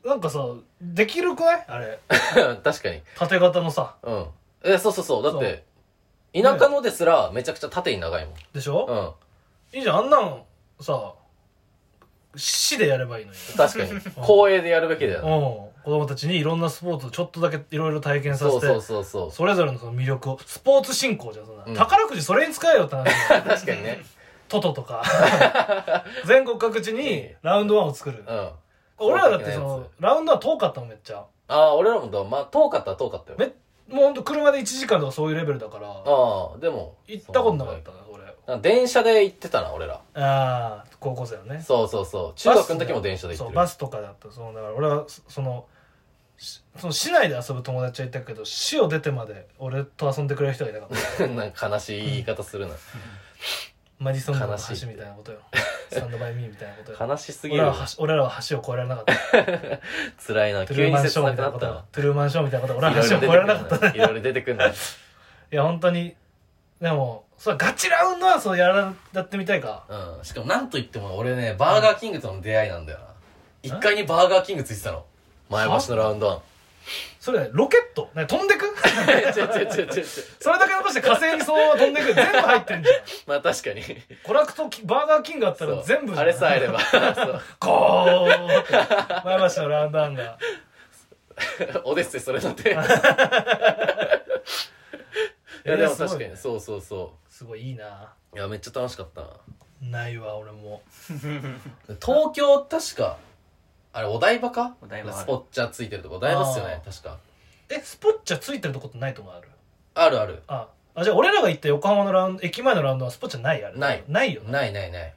S2: なんかさできるくないあれ
S1: 確かに。
S2: 縦型のさ
S1: うん。え、そうそうそう。だって、田舎のですら、めちゃくちゃ縦に長いもん。
S2: でしょ、
S1: うん。
S2: いいじゃんあんなんさ市でやればいいのに
S1: 確 かに。公営でやるべきだ
S2: うん
S1: よね。
S2: 子供たちにいろんなスポーツをちょっとだけいろいろ体験さ
S1: そ
S2: せ
S1: うそう
S2: て
S1: そうそう。
S2: それぞれのその魅力をスポーツ振興じゃんそんな、
S1: うん
S2: 宝くじそれに使えよって話
S1: 確かにね。
S2: トト とか全国各地にラウンドワンを作
S1: う
S2: る、
S1: ん。あ
S2: 俺らだって
S1: そう
S2: そ
S1: だ
S2: の
S1: け
S2: ラウンドワン遠かったもんめっちゃ
S1: あー、俺らもだ、まあ、遠かったは遠かったよ。
S2: めもうほんと車で1時間とかそういうレベルだから
S1: ああ、でも。
S2: 行ったことなかったな俺
S1: なんか電車で行ってたな俺ら
S2: ああ高校生のね
S1: そうそうそう中学の時も電車で行っ
S2: そう
S1: てる
S2: バスとかだったそのだから俺はそそのしその市内で遊ぶ友達はいたけど市を出てまで俺と遊んでくれる人がいなかっ た
S1: なんか悲しい言い方するな
S2: マディソン川の
S1: 悲しいって
S2: 橋みたいなことよスタンドバイミーみたいなことよ
S1: 悲しすぎ
S2: 俺
S1: る
S2: ら
S1: わ
S2: は橋俺らは橋を越えられな かった
S1: 辛いな
S2: トゥル
S1: 急
S2: ー
S1: に
S2: マンシ
S1: 切
S2: ョー
S1: な
S2: み
S1: く
S2: た
S1: な
S2: いな
S1: っ
S2: こ
S1: た
S2: と
S1: な
S2: よトゥルーマンショーみたいなこと俺
S1: いろ
S2: は橋を
S1: い
S2: 越え
S1: ろ
S2: られ
S1: 出
S2: な
S1: て
S2: か
S1: くる
S2: った
S1: ないろいろ出てくるない
S2: や本当にでもそれガチラウンドはそうやらやってみたいか
S1: うん、しかもなんといっても俺ねバーガーキングとの出会いなんだよな一階にバーガーキングついてたの前橋のラウンド ワン
S2: それロケットね飛んでく
S1: ちょちょちょちょちょ
S2: それだけ残して火星にそのまま飛んでく全部入ってんじゃん
S1: まあ確かに
S2: 娯楽ときバーガーキングあったら全
S1: そう
S2: 部じゃん
S1: あれさえあれ ばそう
S2: ゴーって前橋のラウンドワンが
S1: オデッセイそれ乗っていやでも確かにそうそうそ
S2: すごいいいな
S1: ういやめっちゃ楽しかったな
S2: ないわ俺も
S1: 東京確かあれお台場か
S3: お台場ある
S1: スポッチャついてるとこお台場っすよね確か
S2: えスポッチャついてるとこってないとこある
S1: あるある
S2: ああじゃあ俺らが行った横浜のラウンド駅前のラウンドはスポッチャないあれ
S1: ない
S2: ないよね
S1: ないないない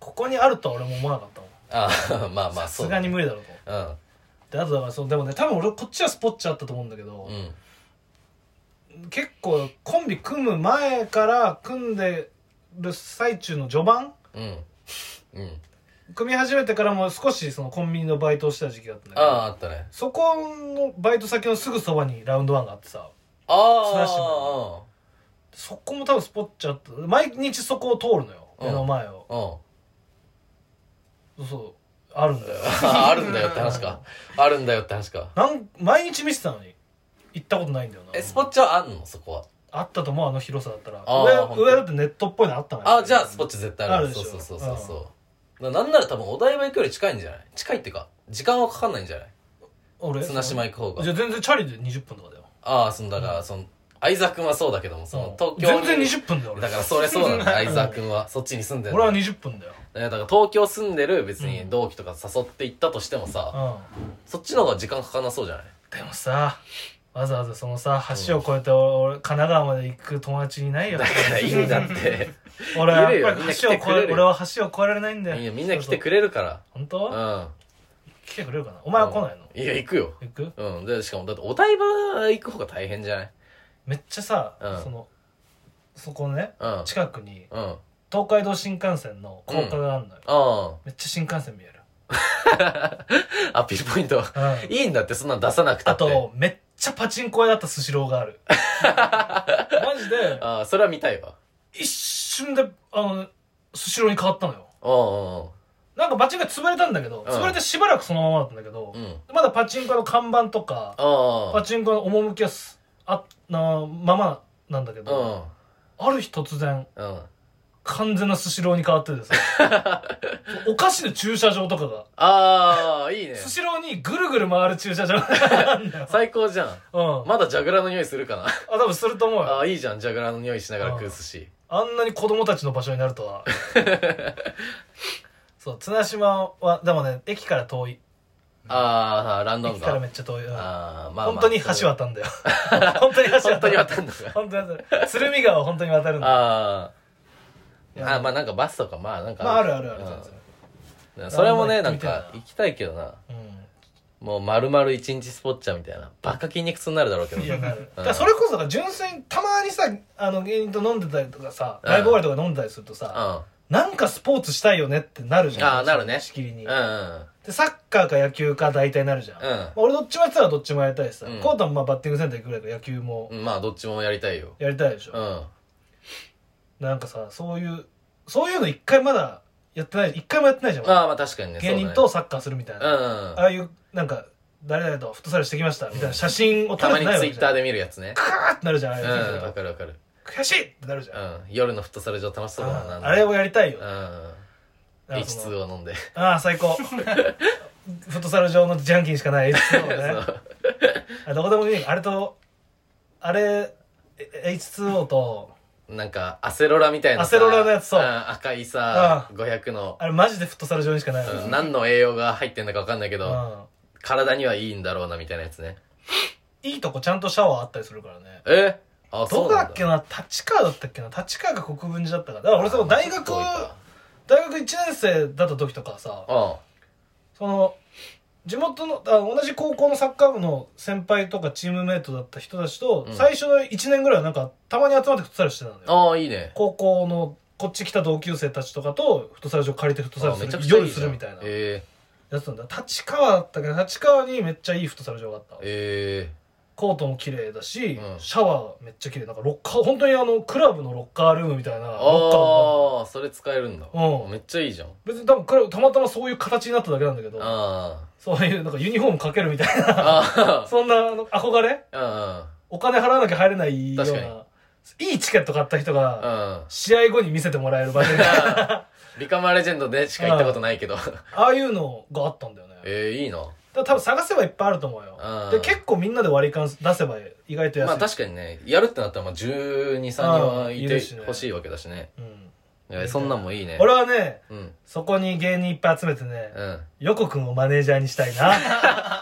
S2: ここにあるとは俺も思わなかったもん
S1: ああ まあまあ
S2: さ
S1: そ
S2: す
S1: う
S2: が
S1: だ
S2: に無理だろうと思っ
S1: う
S2: て
S1: ん
S2: であとだからそうでもね多分俺こっちはスポッチャあったと思うんだけど
S1: う、ん
S2: 結構コンビ組む前から組んでる最中の序盤
S1: うんうん
S2: 組み始めてからも少しそのコンビニのバイトをしてた時期があったんだけ
S1: あ
S2: ど
S1: ああったね
S2: そこのバイト先のすぐそばにラウンドワンがあってさ
S1: ああ
S2: スラッシュそこも多分スポッチャって毎日そこを通るのよ
S1: うん
S2: 目の前を、
S1: うん
S2: そうそうあるんだよ
S1: ああるんだよって話かあるんだよって話か
S2: なん毎日見せてたのに行ったことないんだよな
S1: えスポッチャはあんのそこは
S2: あったと思うあの広さだったら
S1: あーほんと
S2: 上上だってネットっぽいのあったのよ
S1: あじゃあスポッチャ絶対ある
S2: あるでし
S1: そう
S2: ょ
S1: そうそうそうそうななんなら多分お台場行くより近いんじゃない近いっていうか時間はかかんないんじゃない
S2: 俺
S1: 綱島行く方
S2: じゃ
S1: が
S2: あ全然チャリで20分とかだよ
S1: ああそのだからその相沢君はそうだけどもその東京に
S2: 全然20分だよ俺
S1: だからそれそうなんだ相沢君はそっちに住んでる
S2: 俺は20分だよ
S1: いやだから東京住んでる別に同期とか誘って行ったとしてもさ、
S2: う
S1: そっちの方が時間かからなそうじゃない
S2: んでもさわざわざそのさ橋を越えて俺神奈川まで行く友達いないよ
S1: だからいいんだって
S2: 俺はやっ
S1: い
S2: ぱ
S1: るよみん
S2: り
S1: な来
S2: 橋を
S1: て
S2: 越
S1: くれる
S2: え
S1: よ
S2: 俺は橋を越えられ ないんだよ
S1: いやみんな来てくれるから
S2: 本当、
S1: うん
S2: 来てくれるかなお前は来ないの、
S1: いや行くよ
S2: 行く
S1: うんでしかもだってお台場行く方が大変じゃない
S2: めっちゃさ、
S1: うん
S2: そのそこのね
S1: うん
S2: 近くに
S1: うんあ
S2: 東海道新幹線の高架があるのよ、
S1: あ
S2: めっちゃ新幹線見える、
S1: アピールポイント
S2: うん、
S1: いいんだってそんなん出さなくた
S2: あ
S1: って
S2: とめっちゃパチンコ屋だったスシローが あるマジで
S1: ああそれは見たいわ
S2: 一瞬であのスシローに変わったのよ
S1: う
S2: なんかパチンコ屋潰れたんだけど、
S1: うん
S2: 潰れてしばらくそのままだったんだけど
S1: んう、んうん
S2: まだパチンコ屋の看板とか
S1: あ
S2: パチンコの趣はすあなままなんだけ
S1: あ
S2: ど、ある日突然
S1: うんうん
S2: 完全なスシローに変わってですねお菓子の駐車場とかが
S1: ああいいね
S2: スシローにぐるぐる回る駐車場があるんだよ、
S1: 最高じゃん
S2: うん、
S1: まだジャグラーの匂いするかな
S2: あ多分すると思うよ
S1: ああいいじゃんジャグラーの匂いしながら食う寿司
S2: あんなに子供たちの場所になるとはそう綱島はでもね駅から遠い
S1: ああランドン
S2: 駅から
S1: が
S2: めっちゃ遠い、うん
S1: ああまあ
S2: 本当に橋渡んだよ本当に橋渡
S1: 本当に
S2: る
S1: 渡んのか
S2: 本当に渡る鶴見川は本当に渡るんだ
S1: あーあーまあなんかバスとかまあなんか
S2: まああるあるある
S1: うん
S2: 全然
S1: それもね
S2: あん
S1: な
S2: ま行
S1: ん
S2: ってみたいな
S1: か行きたいけどな
S2: うん
S1: もう丸々一日スポッチャみたいなバカ筋肉痛になるだろうけど
S2: いやなる
S1: うん
S2: だからそれこそだから純粋にたまにさあの芸人と飲んでたりとかさ
S1: うん
S2: ライブ終わりとか飲んでたりすると
S1: うん
S2: さ、
S1: あ
S2: なんかスポーツしたいよねってなるじゃん
S1: あーなるね
S2: しきりに、
S1: うんうん
S2: でサッカーか野球か大体なるじゃん、
S1: うん
S2: まあ俺どっちもやってたらどっちもやりたいしさ、
S1: うん
S2: コートもまあバッティングセンター行くぐらいから野球も
S1: うんまあどっちもやりたいよ
S2: やりたいでしょ、
S1: うん
S2: なんかさそういうそういうの一回まだやってない一回もやってないじゃん、
S1: まあまあ確かにね
S2: 芸人
S1: そう
S2: とサッカーするみたい
S1: だね
S2: な、
S1: うん
S2: ああいうなんか誰々とフットサルしてきましたみたいな写真を
S1: た
S2: 撮れ
S1: ま
S2: て
S1: に
S2: ないわ
S1: ツイ
S2: け
S1: ッ
S2: じゃ
S1: タ
S2: ん
S1: ーで見るやつね
S2: カーってなるじゃんああいううんの見てると
S1: わかるわかる
S2: 悔しいってなるじゃん、
S1: うん夜のフットサル場楽しそうだななん
S2: あ
S1: か
S2: あれをやりたいよ
S1: う、ん
S2: なんかその
S1: H2 を飲ん で
S2: ああ 最高フットサル上のジャンキーしかない H2 をね
S1: そう
S2: あどこでもいいあれとあれえ H2O と
S1: なんかアセロラみたいなさ
S2: アセロラのやつそうん
S1: 赤いさ500の
S2: あれマジでフットサル上にしかないの
S1: うん何の栄養が入ってんだか分かんないけ
S2: う
S1: ど
S2: ん
S1: 体にはいいんだろうなみたいなやつね
S2: いいとこちゃんとシャワーあったりするからね
S1: えあ
S2: ど
S1: そう
S2: こ
S1: な
S2: だ
S1: ん
S2: っけな立川だったっけな立川が国分寺だったからだから俺その大学
S1: あまあちょっ
S2: 大学1年生だった時とかさ
S1: と多いか
S2: その地元のあ同じ高校のサッカー部の先輩とかチームメイトだった人たちと、
S1: うん
S2: 最初の1年ぐらいはなんかたまに集まってフットサルしてたんだよ
S1: うんああいいね
S2: 高校のこっち来た同級生たちとかとフットサル場借りてフットサル
S1: あ
S2: す
S1: めちゃ
S2: る
S1: くちゃい
S2: 夜
S1: いじ
S2: す
S1: ゃん
S2: るみたいな
S1: え
S2: やつなんだ立川だったけど立川にめっちゃいいフットサル場があった
S1: ー、え
S2: コートも綺麗だし、
S1: うん
S2: シャワーめっちゃ綺麗なんかロッカー本当にあのクラブのロッカールームみたいなロ
S1: ー、
S2: ッカーが
S1: ああそれ使えるんだ
S2: うん
S1: めっちゃいいじゃん
S2: 別に多分クラブたまたまそういう形になっただけなんだけど
S1: あ
S2: そういうなんかユニフォームかけるみたい
S1: ー
S2: な
S1: あ
S2: そんなあの憧れ
S1: ーあ
S2: お金払わなきゃ入れないよう
S1: 確か
S2: な。いいチケット買った人
S1: ー
S2: が、
S1: あ
S2: 試合後に見せてもらえる場所 みたいな
S1: ービカマレジェンドでしか行ったことない けど
S2: ああいうのがあったんだよね。だか
S1: えー、いいな
S2: ら多分探せばいっぱいあると思うよ
S1: う。ん
S2: で、結構みんなで割り勘出せば意外と安い。
S1: まあ確かにねやるってなったらまあ12 3人はい
S2: い
S1: て
S2: るしね
S1: ほしいわけだしね
S2: うん
S1: いやそんなんもいいね
S2: 俺はね、
S1: うん
S2: そこに芸人いっぱい集めてね、
S1: うん
S2: ヨコくんをマネージャーにしたい な。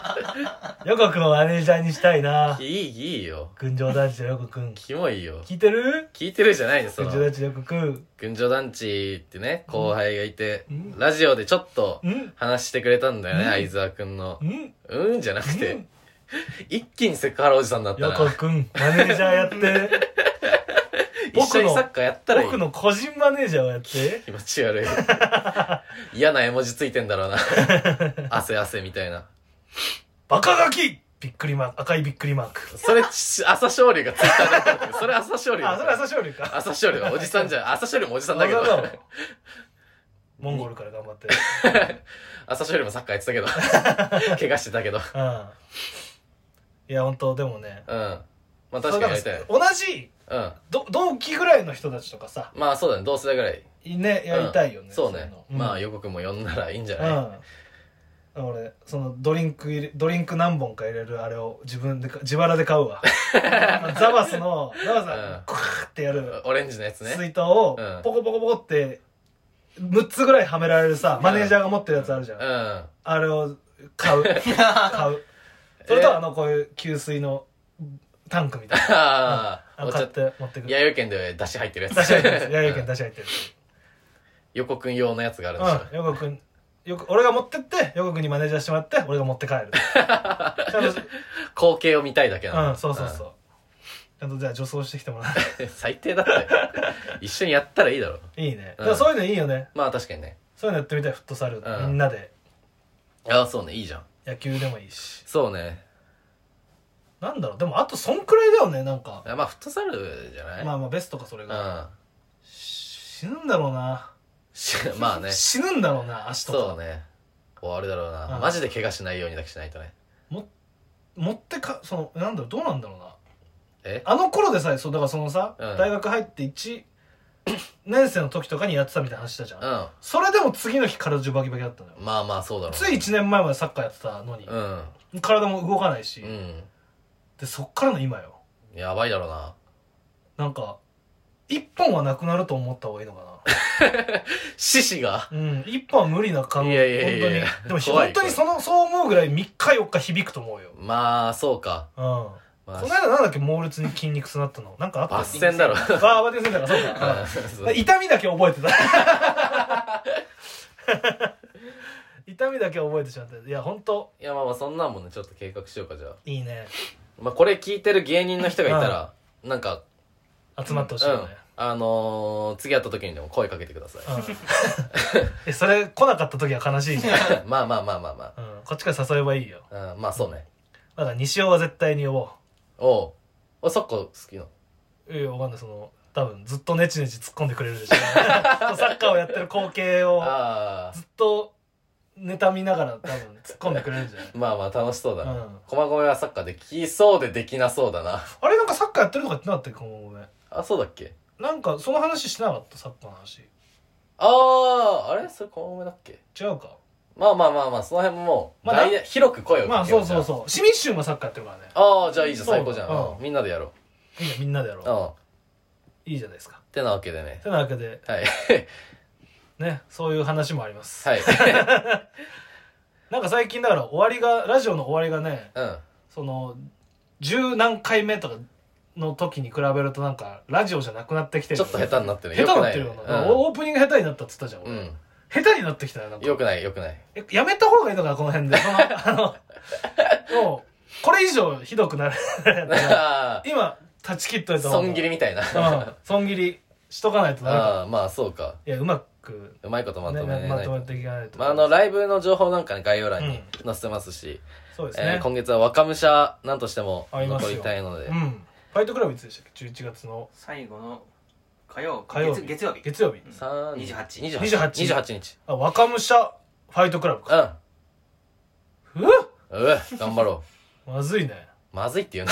S2: ヨコくんをマネージャーにしたいな。
S1: いいいいよ
S2: 群青男子のヨコくん。
S1: キモいよ
S2: 聞いてる
S1: 聞いてるじゃないです
S2: 群
S1: そ
S2: 青
S1: の
S2: 男子のヨコくん。
S1: 群青団地ってね後輩がいて
S2: うん
S1: ラジオでちょっと
S2: うん
S1: 話してくれたんだよね
S2: うん
S1: 相沢くんの
S2: うん
S1: うんじゃなく
S2: う
S1: て
S2: ん
S1: 一気にセクハラおじさんだった
S2: ヨコ
S1: ら
S2: くん、マネージャー やって。
S1: 一緒にサッカーやったらいい
S2: 僕の個人マネージャーをやって
S1: 気持ち悪い嫌な絵文字ついてんだ ろうな汗汗みたいな
S2: バカガキびっくりマーク赤いびっくりマーク
S1: それち朝青龍がツイッターでやってるけどそれ朝青龍
S2: あそれ朝青龍か
S1: 朝青龍はおじさんじゃん朝青龍もおじさんだけど
S2: あそうなのモンゴルから頑張って
S1: 朝青龍もサッカーやってたけど 怪我してたけど
S2: うんいや本当でもね
S1: うんまあ確かにやりたい
S2: そうなんです同じ
S1: うん
S2: ど同期ぐらいの人たちとかさ
S1: まあそうだね同世代ぐらい
S2: ねやりたいよね、
S1: うんそうねまあ
S2: よ
S1: 予告も呼んだらいいんじゃ
S2: う
S1: ない、
S2: ん俺そのドリンク入れドリンク何本か入れるあれを自分でか自腹で買 うわザバスのザバス
S1: うん
S2: がクワーってやる
S1: オレンジのやつね
S2: 水筒を
S1: うん
S2: ポコポコポコって6つぐらいはめられるさ
S1: ん
S2: マネージャーが持ってるやつあるじゃん、
S1: うん
S2: あれを 買う買うそれとあのこういう給水のタンクみたいな
S1: ああ
S2: あ
S1: お
S2: の買
S1: 茶
S2: って持ってくる
S1: 弥生県で出汁入ってるやつ
S2: 出し入ってる やつ弥生
S1: う
S2: 県
S1: ん
S2: 出し入ってる
S1: 横くん用のやつがあるんでしょ、
S2: やつうんヨコくんよく俺が持ってってヨコくんにマネージャーしてもらって俺が持って帰 るちゃんと
S1: 光景を見たいだけなの
S2: うんそうそうそう、ちゃんとじゃあ女装してきてもらっ
S1: うん 最低だったよ一緒にやったらいいだろ
S2: ていいね、
S1: うん
S2: だからそういうのいいよね
S1: まあ確かにね
S2: そういうのやってみたいフットサル、
S1: うん
S2: みんなで
S1: ああそうねいいじゃん
S2: 野球でもいいし
S1: そうね
S2: なんだろうでもあとそんくらいだよねなんか
S1: あまあフットサルじゃない
S2: まあまあベストかそれが、
S1: うん
S2: 死ぬんだろうな
S1: しまあね
S2: 死ぬんだろうな足とか
S1: そうねこうあれだろうな、
S2: うん
S1: マジで怪我しないようにだけしないとね
S2: 持ってかそのなんだろうどうなんだろうな
S1: え
S2: あの頃でさえそうだからそのさ、
S1: うん
S2: 大学入って1年生の時とかにやってたみたいな話したじゃ、
S1: うんんま
S2: それでも次の日体中バキバキだったのよ
S1: あまあそうだろう
S2: つい1年前までサッカーやってたのに、
S1: うん
S2: 体も動かないし、
S1: うん
S2: でそっからの今よ
S1: やばいだろうな
S2: なんか1本はなくなると思った方がいいのかな
S1: 獅子が
S2: うん、一本は無理な可能
S1: いやいやいやいや
S2: 本当に。でも
S1: 怖い
S2: 本当にその、そう思うぐらい3日4日響くと思うよ。うん。
S1: まあそうか、
S2: こ
S1: ま
S2: の
S1: あ、
S2: 間なんだっけ、猛烈に筋肉痛なったの。なんかあった
S1: 抜線だろ
S2: あー、バッティングセンターか、そう
S1: う
S2: か。うん
S1: ん
S2: 痛みだけ覚えてた。痛みだけ覚えてしまって。いや、本当
S1: いやまあまあそんなんもねちょっと計画しようかじゃあ、
S2: いいね。
S1: まあ、これ聞いてる芸人の人がいたら、なんか
S2: 集まってほしいう
S1: ん
S2: よね。
S1: あのー、次会った時にでも声かけてください
S2: うんえ、それ来なかった時は悲しいじゃん。
S1: まあまあまあまあま
S2: うん、こっちから誘えばいいよ。
S1: あ、うん、まあそうね
S2: だから西尾は絶対に呼ぼ
S1: おうおサッカー好きなの
S2: う。いや、わかんない。その、多分ずっとネチネチ突っ込んでくれるでしょ。 サッカーをやってる光景を。
S1: ああ
S2: ずっとネタ見ながら多分突っ込んでくれるんじゃない
S1: まあまあ楽しそうだな、
S2: うん
S1: 駒込はサッカーできそうでできなそうだな
S2: あれなんかサッカーやってるとか言ってなかったっけこのごめん
S1: あそうだっけ
S2: なんかその話してなかったサッカーの話
S1: あああれそれ駒込だっけ
S2: 違うか
S1: まあまあまあまあその辺ももう、
S2: まあな
S1: 大々広く声をかけよう
S2: まあそう
S1: じ
S2: そ
S1: ゃ
S2: うそう市民衆もサッカーやってるからね
S1: ああじゃあいいじゃん
S2: そう
S1: 最高じゃん、うん
S2: うん
S1: みんなでやろ
S2: いいじゃんみんなでや
S1: うう
S2: ろ
S1: んっ
S2: ういいじゃないですか
S1: てなわけでね
S2: てなわけで
S1: はい
S2: ねそういう話もあります
S1: はい
S2: なんか最近だから終わりがラジオの終わりがね
S1: うん
S2: その十何回目とかの時に比べるとなんかラジオじゃなくなってきてる
S1: ちょっと下手になってるね
S2: 下手になってる
S1: よ
S2: よ
S1: く
S2: な、
S1: ない
S2: オープニング下手になったっつったじゃん、
S1: う
S2: 俺
S1: ん
S2: 下手になってきたよなんか
S1: よくないよく ない
S2: えやめた方がいいのかなこの辺でそのあのもうこれ以上ひどくなる
S1: あ
S2: 今断ち切っとい
S1: ー
S2: た方が
S1: 損切りみたいな
S2: うん損切りしとかないとダメか
S1: あーまあそうか
S2: いやうまく、
S1: うまいことま
S2: ね
S1: とめない
S2: まとめていかないと、
S1: まあ、あのライブの情報なんかね概要欄に載せてますし、
S2: そうです
S1: え
S2: ね
S1: ー、今月は若武者なんとしても
S2: あります
S1: 残
S2: よ
S1: りたいので
S2: うんファイトクラブいつでしたっけ11月の
S3: 最後の火曜
S2: 火曜日
S3: 月月曜日
S2: 月曜日
S1: 3 28
S3: 28
S2: 28
S1: 28日
S2: あ若武者ファイトクラブ
S1: う
S2: か
S1: ん
S2: うわ
S1: うわ頑張ろ
S2: まずいね
S1: う まずいっていうな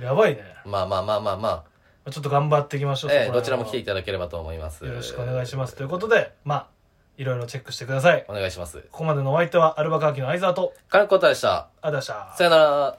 S2: やばいね
S1: まあまあまあまあま
S2: ちょっと頑張っていきましょ
S1: あ、
S2: う、
S1: え
S2: そ
S1: ー、
S2: こ
S1: ど
S2: ら
S1: ちら
S2: 辺
S1: も来
S2: は
S1: ていただければと思います
S2: よろしくお願いしますということでまあいろいろチェックしてください
S1: お願いします
S2: ここまでのお相手はアルバカーキの相沢と
S1: 金子太でした
S2: あだしゃー
S1: さよなら